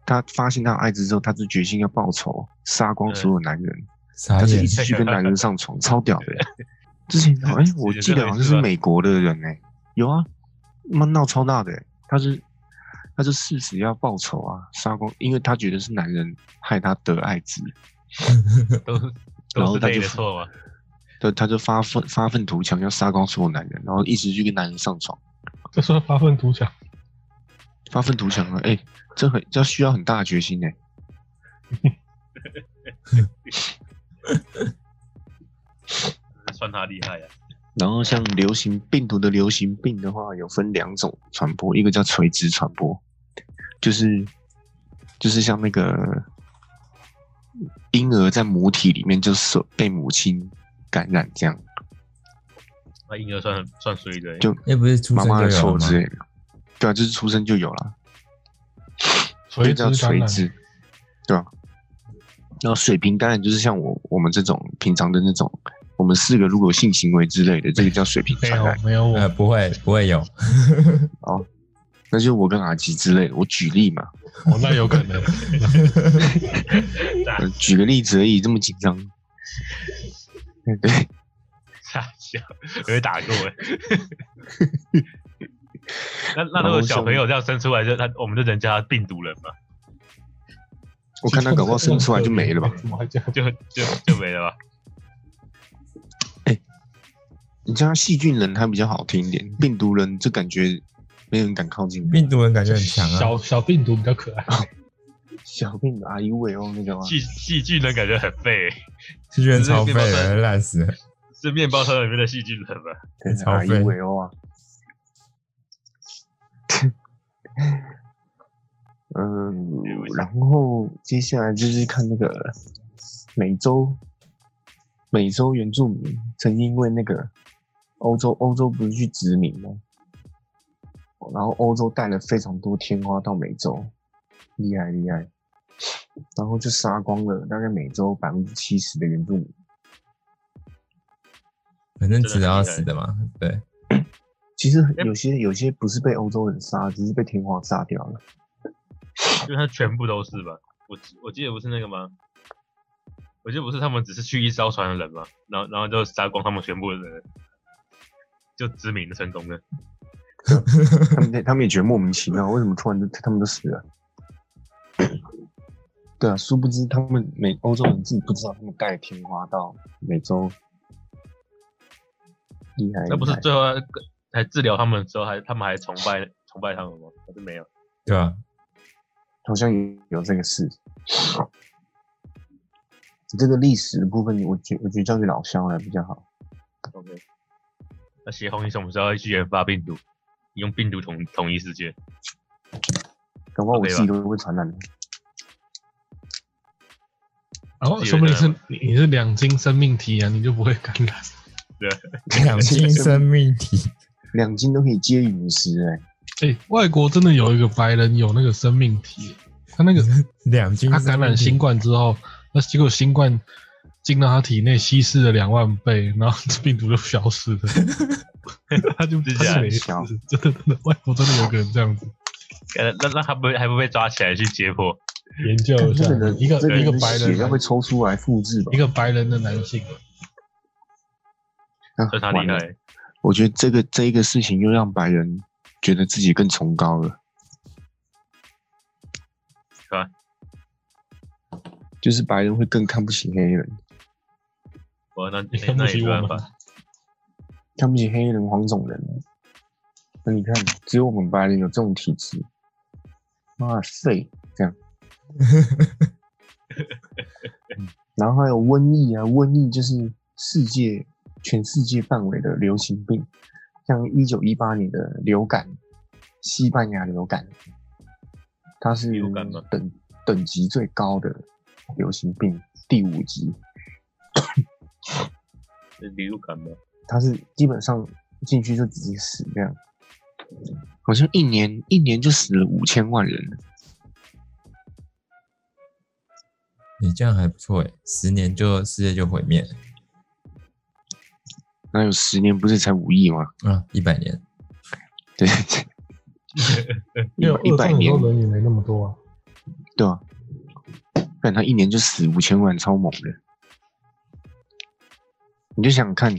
Speaker 1: 她发现她有艾滋之后，她就决心要报仇，杀光所有男人，
Speaker 3: 傻
Speaker 1: 她就
Speaker 3: 眼
Speaker 1: 一，直去跟男人上床，超屌的。之 前哎、我记得好像是美国的人哎、有啊，妈闹超大的、她是她就誓死要报仇啊，杀光，因为她觉得是男人害她得艾滋，
Speaker 4: 都
Speaker 1: 然
Speaker 4: 都
Speaker 1: 后
Speaker 4: 是
Speaker 1: 他就
Speaker 4: 累的错嘛，
Speaker 1: 对，她就发愤发愤图强，要杀光所有男人，然后一直去跟男人上床。
Speaker 2: 这算发愤图强，
Speaker 1: 发愤图强了，哎、这很这需要很大的决心哎、
Speaker 4: 算他厉害啊。
Speaker 1: 然后像流行病毒的流行病的话，有分两种传播，一个叫垂直传播，就是就是像那个婴儿在母体里面就是被母亲感染这样，
Speaker 4: 那婴儿算算衰的欸，
Speaker 1: 就
Speaker 3: 那不是出
Speaker 1: 妈
Speaker 3: 生
Speaker 1: 妈的
Speaker 3: 就有
Speaker 1: 错
Speaker 3: 了吗？
Speaker 1: 之类的，对啊，就是出生就有了，
Speaker 3: 哦
Speaker 2: 垂直
Speaker 1: 就叫
Speaker 2: 感
Speaker 1: 垂
Speaker 2: 染，
Speaker 1: 直，对吧、然后水平感染就是像我我们这种平常的那种，我们四个如果有性行为之类的，这个叫水平
Speaker 2: 没
Speaker 1: 传染。
Speaker 2: 有没有我，
Speaker 3: 呃，不会不会有，
Speaker 1: 那就是我跟阿吉之类的，我举例嘛，
Speaker 2: 哦那有 可能，
Speaker 4: 大
Speaker 1: 呃举个例子而已，这么紧张。对，
Speaker 4: 大小有被打过哎。那那如
Speaker 1: 然后
Speaker 4: 果
Speaker 1: 像
Speaker 4: 小朋友这样生出来，就他我们就能叫他病毒人嘛，
Speaker 1: 我看他搞不好生出来就没了吧？
Speaker 2: 怎么还这样？
Speaker 4: 就就就没了吧？
Speaker 1: 你叫他细菌人还比较好听一点，病毒人就感觉没人敢靠近。
Speaker 3: 病毒人感觉很强啊，
Speaker 2: 小小病毒比较可爱，
Speaker 1: 小病阿 U 喂哦那个吗？
Speaker 4: 细细菌人感觉很废欸，
Speaker 3: 这些人超废
Speaker 4: 就是
Speaker 3: 的，烂死了，
Speaker 4: 是面包车里面的细菌人吧？
Speaker 3: 超
Speaker 1: 阿 U
Speaker 3: 废
Speaker 1: 喂哦啊。嗯，然后接下来就是看那个美洲，美洲原住民曾经因为那个欧洲，欧洲不是去殖民吗？然后欧洲带了非常多天花到美洲，厉害厉害，然后就杀光了大概美洲百分之七十的原住民。
Speaker 3: 反正迟早要死的嘛，对，
Speaker 1: 其实有些有些不是被欧洲人杀，只是被天花杀掉了。
Speaker 4: 因为他全部都是吧？我记我记得不是那个吗？我记得不是他们只是去一艘船的人吗？然后然后就杀光他们全部的人，就殖民的成功了。
Speaker 1: 他们他们也觉得莫名其妙，为什么突然就他们就死了？对啊，殊不知他们美欧洲人自己不知道他们带天花到美洲，厉害！
Speaker 4: 那不
Speaker 1: 厉
Speaker 4: 是
Speaker 1: 害
Speaker 4: 最后还还治疗他们的时候，还他们还崇拜崇拜他们吗？还是没有？
Speaker 3: 对啊吧？
Speaker 1: 好像有这个事。这个历史的部分，我觉我觉得交给老肖来比较好。
Speaker 4: OK，那协红，你什么时候要去研发病毒？你用病毒统统一世界？
Speaker 1: 搞不好我
Speaker 4: OK
Speaker 1: 自
Speaker 4: 吧
Speaker 1: 己都会传染的。
Speaker 2: 然后说不定是你你是两金生命体啊，你就不会感染。
Speaker 3: 两性生命体，
Speaker 1: 两斤都可以接陨石哎、
Speaker 2: 哎，外国真的有一个白人有那个生命体，他那个
Speaker 3: 两性
Speaker 2: 他感染新
Speaker 3: 冠，
Speaker 2: 冠之后，那结果新冠进到他体内稀释了两万倍，然后这病毒就消失了，他就
Speaker 4: 真
Speaker 2: 他
Speaker 4: 假
Speaker 2: 就没事
Speaker 1: 小，
Speaker 2: 真的真的，外国真的有个人这样子
Speaker 4: 呃那那他不会还不被抓起来去解剖？
Speaker 2: 研究一下
Speaker 1: 这，个人
Speaker 2: 一个
Speaker 1: 这个
Speaker 2: 一
Speaker 1: 人
Speaker 2: 个
Speaker 1: 的
Speaker 2: 白
Speaker 1: 血
Speaker 2: 人
Speaker 1: 要被
Speaker 2: 男，
Speaker 1: 抽出来复制吧
Speaker 2: 一？个白人的男性，
Speaker 1: 啊
Speaker 4: 这他厉
Speaker 1: 完了
Speaker 4: 害，
Speaker 1: 我觉得这个这一个事情又让白人觉得自己更崇高了。
Speaker 4: 是吧？
Speaker 1: 就是白人会更看不起黑人，
Speaker 4: 我那
Speaker 2: 你看
Speaker 4: 那
Speaker 2: 不
Speaker 4: 也
Speaker 2: 起
Speaker 4: 没
Speaker 2: 我
Speaker 4: 办
Speaker 2: 们
Speaker 4: 法，，
Speaker 5: 看不起黑人、黄种人。那你看，只有我们白人有这种体质，妈废这 样。嗯然后还有瘟疫啊，瘟疫就是世界全世界范围的流行病，像一九一八年的流感，西班牙流感，它是
Speaker 4: 流感吗
Speaker 5: 等等级最高的流行病，第五级。
Speaker 4: 流感吗？
Speaker 5: 它是基本上进去就直接死这样。
Speaker 1: 好像一年一年就死了五千万人了，
Speaker 3: 你这样还不错诶，十年就世界就毁灭了
Speaker 1: 那有十年不是才五亿吗？
Speaker 3: 啊，一百年。
Speaker 1: 对，一
Speaker 2: 因为
Speaker 1: 百一百
Speaker 2: 二战的时
Speaker 1: 年
Speaker 2: 候人也没那么多啊。
Speaker 1: 对啊，但他一年就死五千万，超猛的。你就想想看，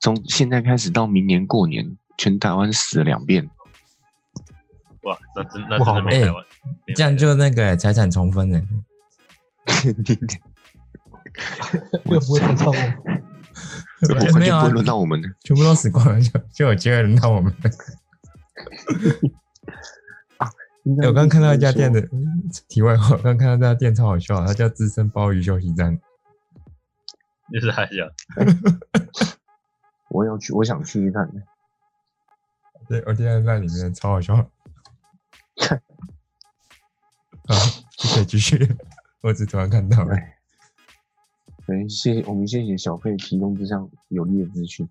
Speaker 1: 从现在开始到明年过年，全台湾死了两 遍，
Speaker 4: 哇，那真那真的没
Speaker 3: 哇
Speaker 4: 台湾，没
Speaker 3: 这样就那个欸财产重分了。
Speaker 2: 又不会再唱了。
Speaker 1: 这 不
Speaker 3: 没
Speaker 1: 会
Speaker 3: 有
Speaker 1: 就不
Speaker 3: 啊
Speaker 1: 会，轮到我们了。
Speaker 3: 全部都死光了，就就有机会轮到我们。
Speaker 5: 应该
Speaker 3: 欸我刚刚看到一家店
Speaker 5: 是
Speaker 3: 的题外话，我刚刚看到这家店超好笑的，它叫资深鲍鱼休息站。
Speaker 4: 就是还想
Speaker 5: 说，我有去，我想去看。
Speaker 3: 对，我今天在里面超好笑。好，你可以继续。我只突然看到了，
Speaker 5: 对，谢谢我们谢谢小费提供这项有力的资讯。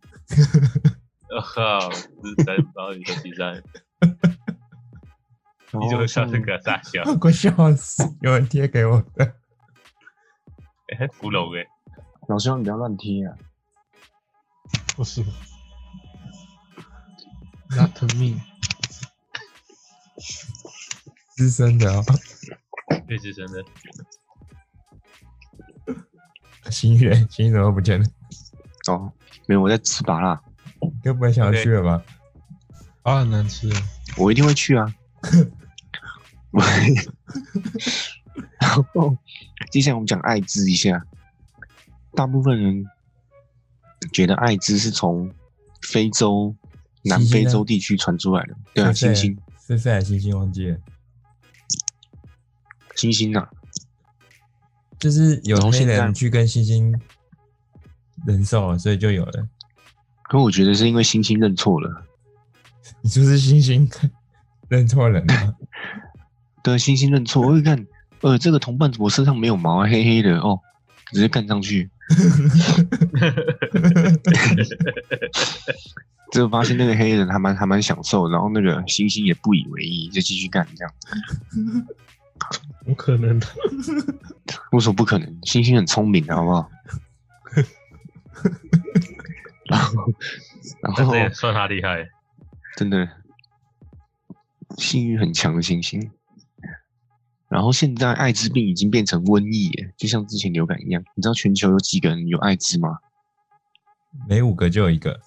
Speaker 4: 我哦靠，资深包你休息站，
Speaker 5: 然
Speaker 4: 你就
Speaker 5: 后
Speaker 4: 会笑
Speaker 5: 像
Speaker 1: 嗯
Speaker 4: 这个大笑，
Speaker 3: 我哦笑死，有人贴给我的。
Speaker 4: 哎，芙蓉哎，
Speaker 5: 老师，你不要乱贴啊！
Speaker 2: 不是，Not to me。
Speaker 3: 资深的哦，
Speaker 4: 最资深的，
Speaker 3: 新人，新人怎么不见了？
Speaker 1: 哦，没有，我在吃拔啦，
Speaker 3: 该不会想要
Speaker 4: OK
Speaker 3: 去了吧？
Speaker 2: 啊，很难吃。
Speaker 1: 我一定会去啊。我 然后，接下来我们讲艾滋一下，大部分人觉得艾滋是从非洲、南
Speaker 3: 新兴
Speaker 1: 非
Speaker 3: 的
Speaker 1: 洲地区传出来的，对啊，
Speaker 3: 是
Speaker 1: 星
Speaker 3: 谁
Speaker 1: 星。
Speaker 3: 是谁？星星忘记了，
Speaker 1: 星星呐、啊，
Speaker 3: 就是有
Speaker 1: 然后
Speaker 3: 黑
Speaker 1: 现在
Speaker 3: 人去跟星星人兽，所以就有了。
Speaker 1: 可我觉得是因为星星认错了，
Speaker 3: 你就是星星认错人了，
Speaker 1: 对，星星认错，我会看，呃，这个同伴怎么身上没有毛啊，黑黑的哦，直接干上 去，结果发现那个黑人还蛮还蛮享受，然后那个星星也不以为意，就继续干这样，
Speaker 2: 有可能的，
Speaker 1: 为什么不可能？星星很聪明的，好不 好？然后，然
Speaker 4: 那
Speaker 1: 后
Speaker 4: 这也算他厉害，
Speaker 1: 真的性欲很强的星星。然后现在艾滋病已经变成瘟疫耶，就像之前流感一样。你知道全球有几个人有艾滋吗？
Speaker 3: 每五个就有一个。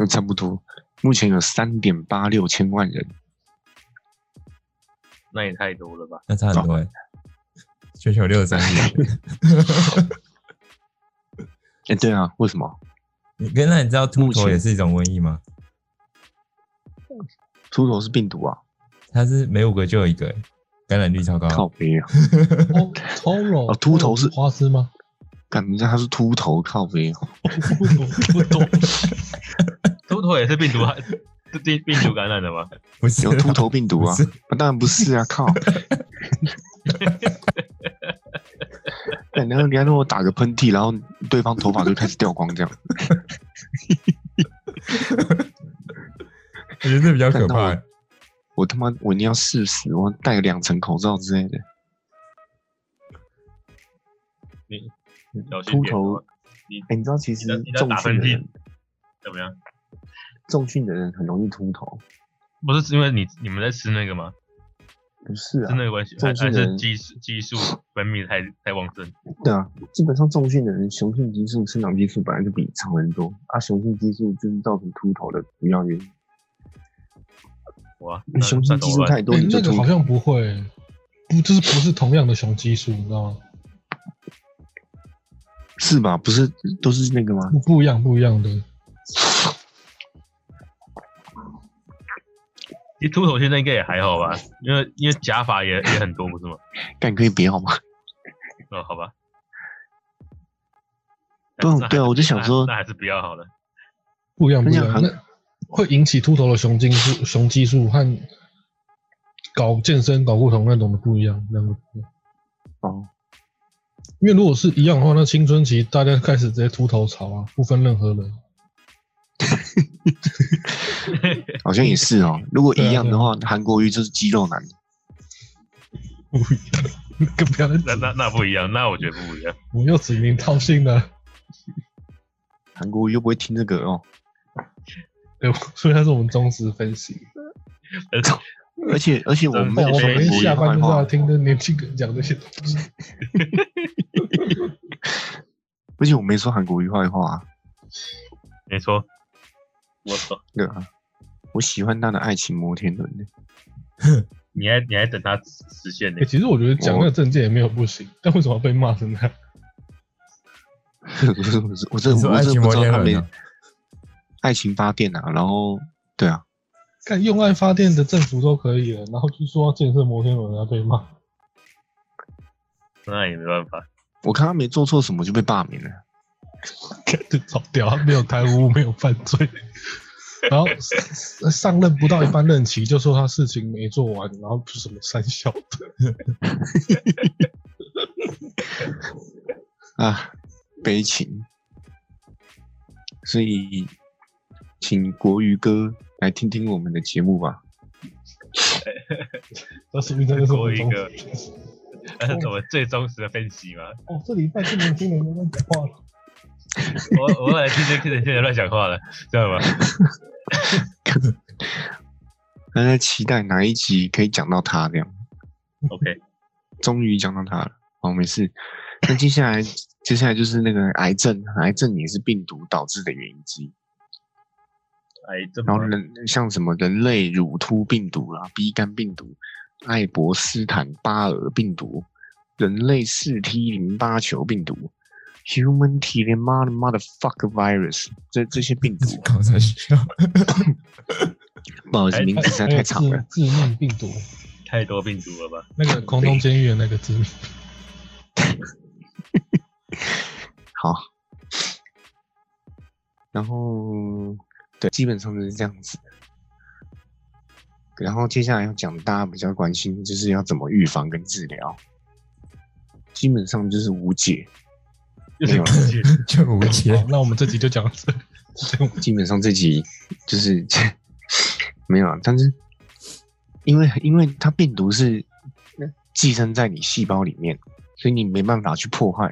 Speaker 1: 嗯，差不多，目前有三点八六千万人。
Speaker 4: 那也太多了吧？
Speaker 3: 那差很多哎、欸，全球六十 三亿。
Speaker 1: 哎，对啊，为什么
Speaker 3: 你跟那你知道秃
Speaker 1: 目
Speaker 3: 头
Speaker 1: 前
Speaker 3: 也是一种瘟疫吗？
Speaker 1: 秃头是病毒啊？
Speaker 3: 它是每五个就有一个欸、感染率超高。
Speaker 1: 靠别啊！
Speaker 2: 哦，Toro
Speaker 1: 哦秃头是
Speaker 2: 花枝吗？
Speaker 1: 感觉他是秃头，靠别啊！
Speaker 2: 不懂，
Speaker 4: 秃头也是病毒啊， 是病病毒感染的吗？
Speaker 3: 不是
Speaker 1: 有秃头病毒啊
Speaker 3: 不是？
Speaker 1: 当然不是啊！ 靠！干哎然后你还让我打个喷嚏，然后对方头发就开始掉光，这样
Speaker 3: 我觉得这比较可
Speaker 1: 看到
Speaker 3: 怕
Speaker 1: 我
Speaker 3: 欸。
Speaker 1: 我他妈我一定要试死，我戴个两层口罩之类的。
Speaker 4: 小心
Speaker 5: 秃
Speaker 4: 点
Speaker 5: 头
Speaker 4: 哦，你
Speaker 5: 哎、你知道其实
Speaker 4: 你在你在
Speaker 5: 重
Speaker 4: 打
Speaker 5: 训的
Speaker 4: 喷嚏
Speaker 5: 人，
Speaker 4: 怎么样？
Speaker 5: 重训的人很容易秃头，
Speaker 4: 不是因为你你们在吃那个吗？
Speaker 5: 不是
Speaker 4: 是
Speaker 5: 啊
Speaker 4: 那？个关系，还
Speaker 5: 重
Speaker 4: 还
Speaker 5: 训
Speaker 4: 是
Speaker 5: 人
Speaker 4: 激素激素分泌太太旺盛？
Speaker 5: 对啊，基本上重训的人雄性激素、生长激素本来就比常人多，啊，雄性激素就是造成秃头的主要原因。
Speaker 4: 哇，
Speaker 5: 你
Speaker 4: 那
Speaker 5: 雄
Speaker 4: 那
Speaker 5: 性
Speaker 4: 怎
Speaker 5: 激
Speaker 4: 么
Speaker 5: 素
Speaker 4: 办？
Speaker 5: 太多
Speaker 2: 诶
Speaker 5: 你就
Speaker 2: 哎那
Speaker 5: 秃
Speaker 2: 个好
Speaker 5: 头。
Speaker 2: 像不会欸，不，就是不是同样的雄激素，你知道吗？
Speaker 1: 是吧？不是都是那 个吗？
Speaker 2: 不不一样，不一样的。
Speaker 4: 其实秃头现在应该也还好吧，因为因为假发也也很多，不是吗？
Speaker 1: 但可以别好吗？
Speaker 4: 哦，好吧。
Speaker 1: 对啊
Speaker 4: 那还
Speaker 1: 对啊我就想
Speaker 4: 那
Speaker 1: 说
Speaker 4: 那还是不要好了。
Speaker 2: 不一样，不
Speaker 1: 那
Speaker 2: 一
Speaker 1: 像
Speaker 2: 样。
Speaker 1: 韩
Speaker 2: 那会引起秃头的雄激素、雄激素和搞健身、搞固酮那种的不一样，两个不一样。
Speaker 1: 哦，
Speaker 2: 因为如果是一样的话，那青春期大家开始直接秃头潮啊，不分任何人。
Speaker 1: 好像也是哦。如果
Speaker 2: 对啊
Speaker 1: 一样的话，韩国瑜就是肌肉男。
Speaker 2: 不一样，更 不要再
Speaker 4: 那那那不一样，那我觉得不一样。
Speaker 2: 我又指名道姓了。
Speaker 1: 韩国瑜又不会听这个哦，
Speaker 2: 对， 所以他是我们忠实分析。
Speaker 1: 而且而且我们没有
Speaker 2: 我
Speaker 1: 说韩
Speaker 2: 每天
Speaker 1: 国瑜
Speaker 2: 下
Speaker 1: 的
Speaker 2: 班
Speaker 1: 坏
Speaker 2: 就是要
Speaker 1: 话，
Speaker 2: 听着年轻人讲这些东西。
Speaker 1: 而且我没说韩国瑜坏话啊，
Speaker 4: 没错，我操，
Speaker 1: 对啊，我喜欢他的 爱情摩天轮呢，
Speaker 4: 你还你还等他实现呢
Speaker 1: 哎
Speaker 2: 欸、？其实我觉得讲那个证件也没有不行，但为什么要被骂成那样？
Speaker 1: 不是不是，我真
Speaker 3: 你
Speaker 1: 的
Speaker 3: 说
Speaker 1: 我
Speaker 3: 爱
Speaker 1: 真
Speaker 3: 情
Speaker 1: 的不
Speaker 3: 摩
Speaker 1: 知道
Speaker 3: 天
Speaker 1: 他
Speaker 3: 轮
Speaker 1: 没
Speaker 3: 啊？，
Speaker 1: 爱情发电啊，然后对啊，
Speaker 2: 看用爱发电的政府都可以了，然后就说要建设摩天轮要被骂。
Speaker 4: 那也没办法。
Speaker 1: 我看他没做错什么就被罢免了，
Speaker 2: 就走掉，他没有贪污，没有犯罪。然后上上任不到一半任期就说他事情没做完，然后不是什么三小的，
Speaker 1: 啊，悲情。所以，请国瑜哥来听听我们的节目吧。
Speaker 2: 那说明真的是我
Speaker 4: 做
Speaker 2: 们
Speaker 4: 一
Speaker 2: 忠
Speaker 4: 个
Speaker 2: 实。，
Speaker 4: 那
Speaker 1: 哦
Speaker 4: 是我们最忠实的分析嘛。
Speaker 2: 哦，这礼拜是年轻人没乱讲话了，
Speaker 4: 我我来听听听现在乱讲话了，知道吗？
Speaker 1: 大家期待哪一集可以讲到他这样？
Speaker 4: OK，
Speaker 1: 终于讲到他了，好，没事。那接下来， 接下来就是那个癌症，癌症也是病毒导致的原因之一。
Speaker 4: 哎，这
Speaker 1: 然
Speaker 4: 么
Speaker 1: 后人像什么人类乳突病毒啦、B 肝病毒、艾伯斯坦巴尔病毒、人类四 T 淋巴球病毒、Human T 连妈的 motherfucker virus 这这些病毒
Speaker 3: 搞在学校，
Speaker 1: 不好意思，名字实在
Speaker 2: 还有
Speaker 1: 太长了。
Speaker 2: 致致命病毒，
Speaker 4: 太多病毒了吧？
Speaker 2: 那个空中监狱的那个致命。
Speaker 1: 好，然后对，基本上就是这样子。然后接下来要讲大家比较关心，就是要怎么预防跟治疗，基本上就是无解，
Speaker 4: 又是
Speaker 1: 没有
Speaker 4: 空气，
Speaker 3: 就无解
Speaker 2: 好，。那我们这集就讲到这里。这样
Speaker 1: 基本上这集就是 没有啊，但是因为因为它病毒是寄生在你细胞里面，所以你没办法去破坏，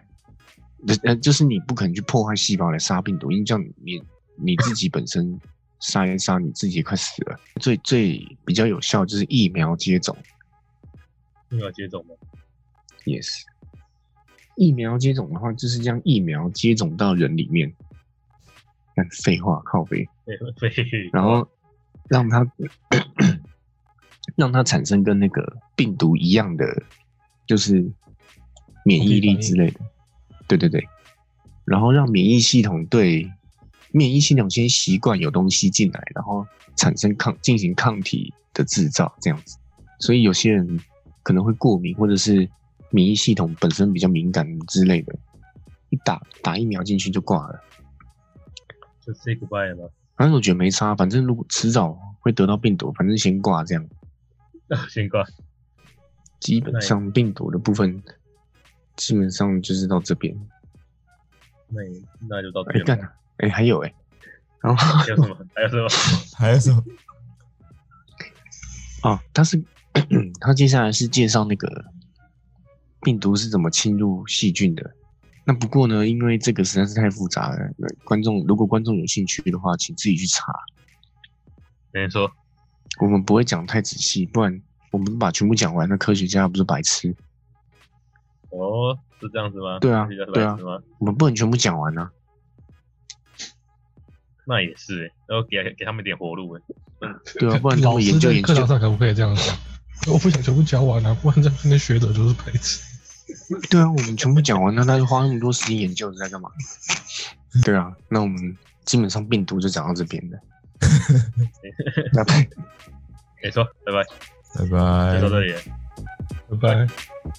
Speaker 1: 呃呃，就是你不可能去破坏细胞来杀病毒，因为这样你你自己本身杀一杀，你自己也快死了。最最比较有效就是疫苗接种
Speaker 4: 没有接种吗？
Speaker 1: ，yes。疫苗接种的话，就是将疫苗接种到人里面。但废话，靠背。
Speaker 4: 对对，
Speaker 1: 然后让它让它产生跟那个病毒一样的，就是免疫力之类的。对对对，然后让免疫系统对免疫系统先习惯有东西进来，然后产生抗进行抗体的制造，这样子。所以有些人可能会过敏，或者是免疫系统本身比较敏感之类的，一打打疫苗进去就挂了。
Speaker 4: 就 say goodbye 了吗？
Speaker 1: 反正我觉得没差，反正如果迟早会得到病毒，反正先挂这样。
Speaker 4: 啊先挂。
Speaker 1: 基本上病毒的部分，基本上就是到这边。
Speaker 4: 那也那就到这
Speaker 1: 哎、
Speaker 4: 边
Speaker 1: 干
Speaker 4: 吧。
Speaker 1: 了，哎、还有哎、然后
Speaker 4: 还有什么？还有什么？
Speaker 3: 还有什么？
Speaker 1: 哦，他是他接下来是介绍那个病毒是怎么侵入细菌的。那不过呢，因为这个实在是太复杂了，那观众如果观众有兴趣的话，请自己去查。
Speaker 4: 等于说，
Speaker 1: 我们不会讲太仔细，不然我们把全部讲完，那科学家不是白痴？
Speaker 4: 哦，是这样子吗？
Speaker 1: 对啊
Speaker 4: 是这样
Speaker 1: 对啊
Speaker 4: 子吗？
Speaker 1: 我们不能全部讲完啊。
Speaker 4: 那也是欸，然后给给他们一点活路哎。
Speaker 1: 对啊，不然他
Speaker 2: 老
Speaker 1: 们
Speaker 2: 师
Speaker 1: 研究
Speaker 2: 在
Speaker 1: 研
Speaker 2: 课
Speaker 1: 究
Speaker 2: 啊堂，上可不可以这样讲？我不想全部讲完了、不然这样那些学者就是白痴。
Speaker 1: 对啊，我们全部讲完了，那就花那么多时间研究在干嘛？对啊，那我们基本上病毒就讲到这边了。那拜。
Speaker 4: 没错，拜拜，
Speaker 3: 拜拜
Speaker 4: 就到。这里了。
Speaker 2: 拜拜。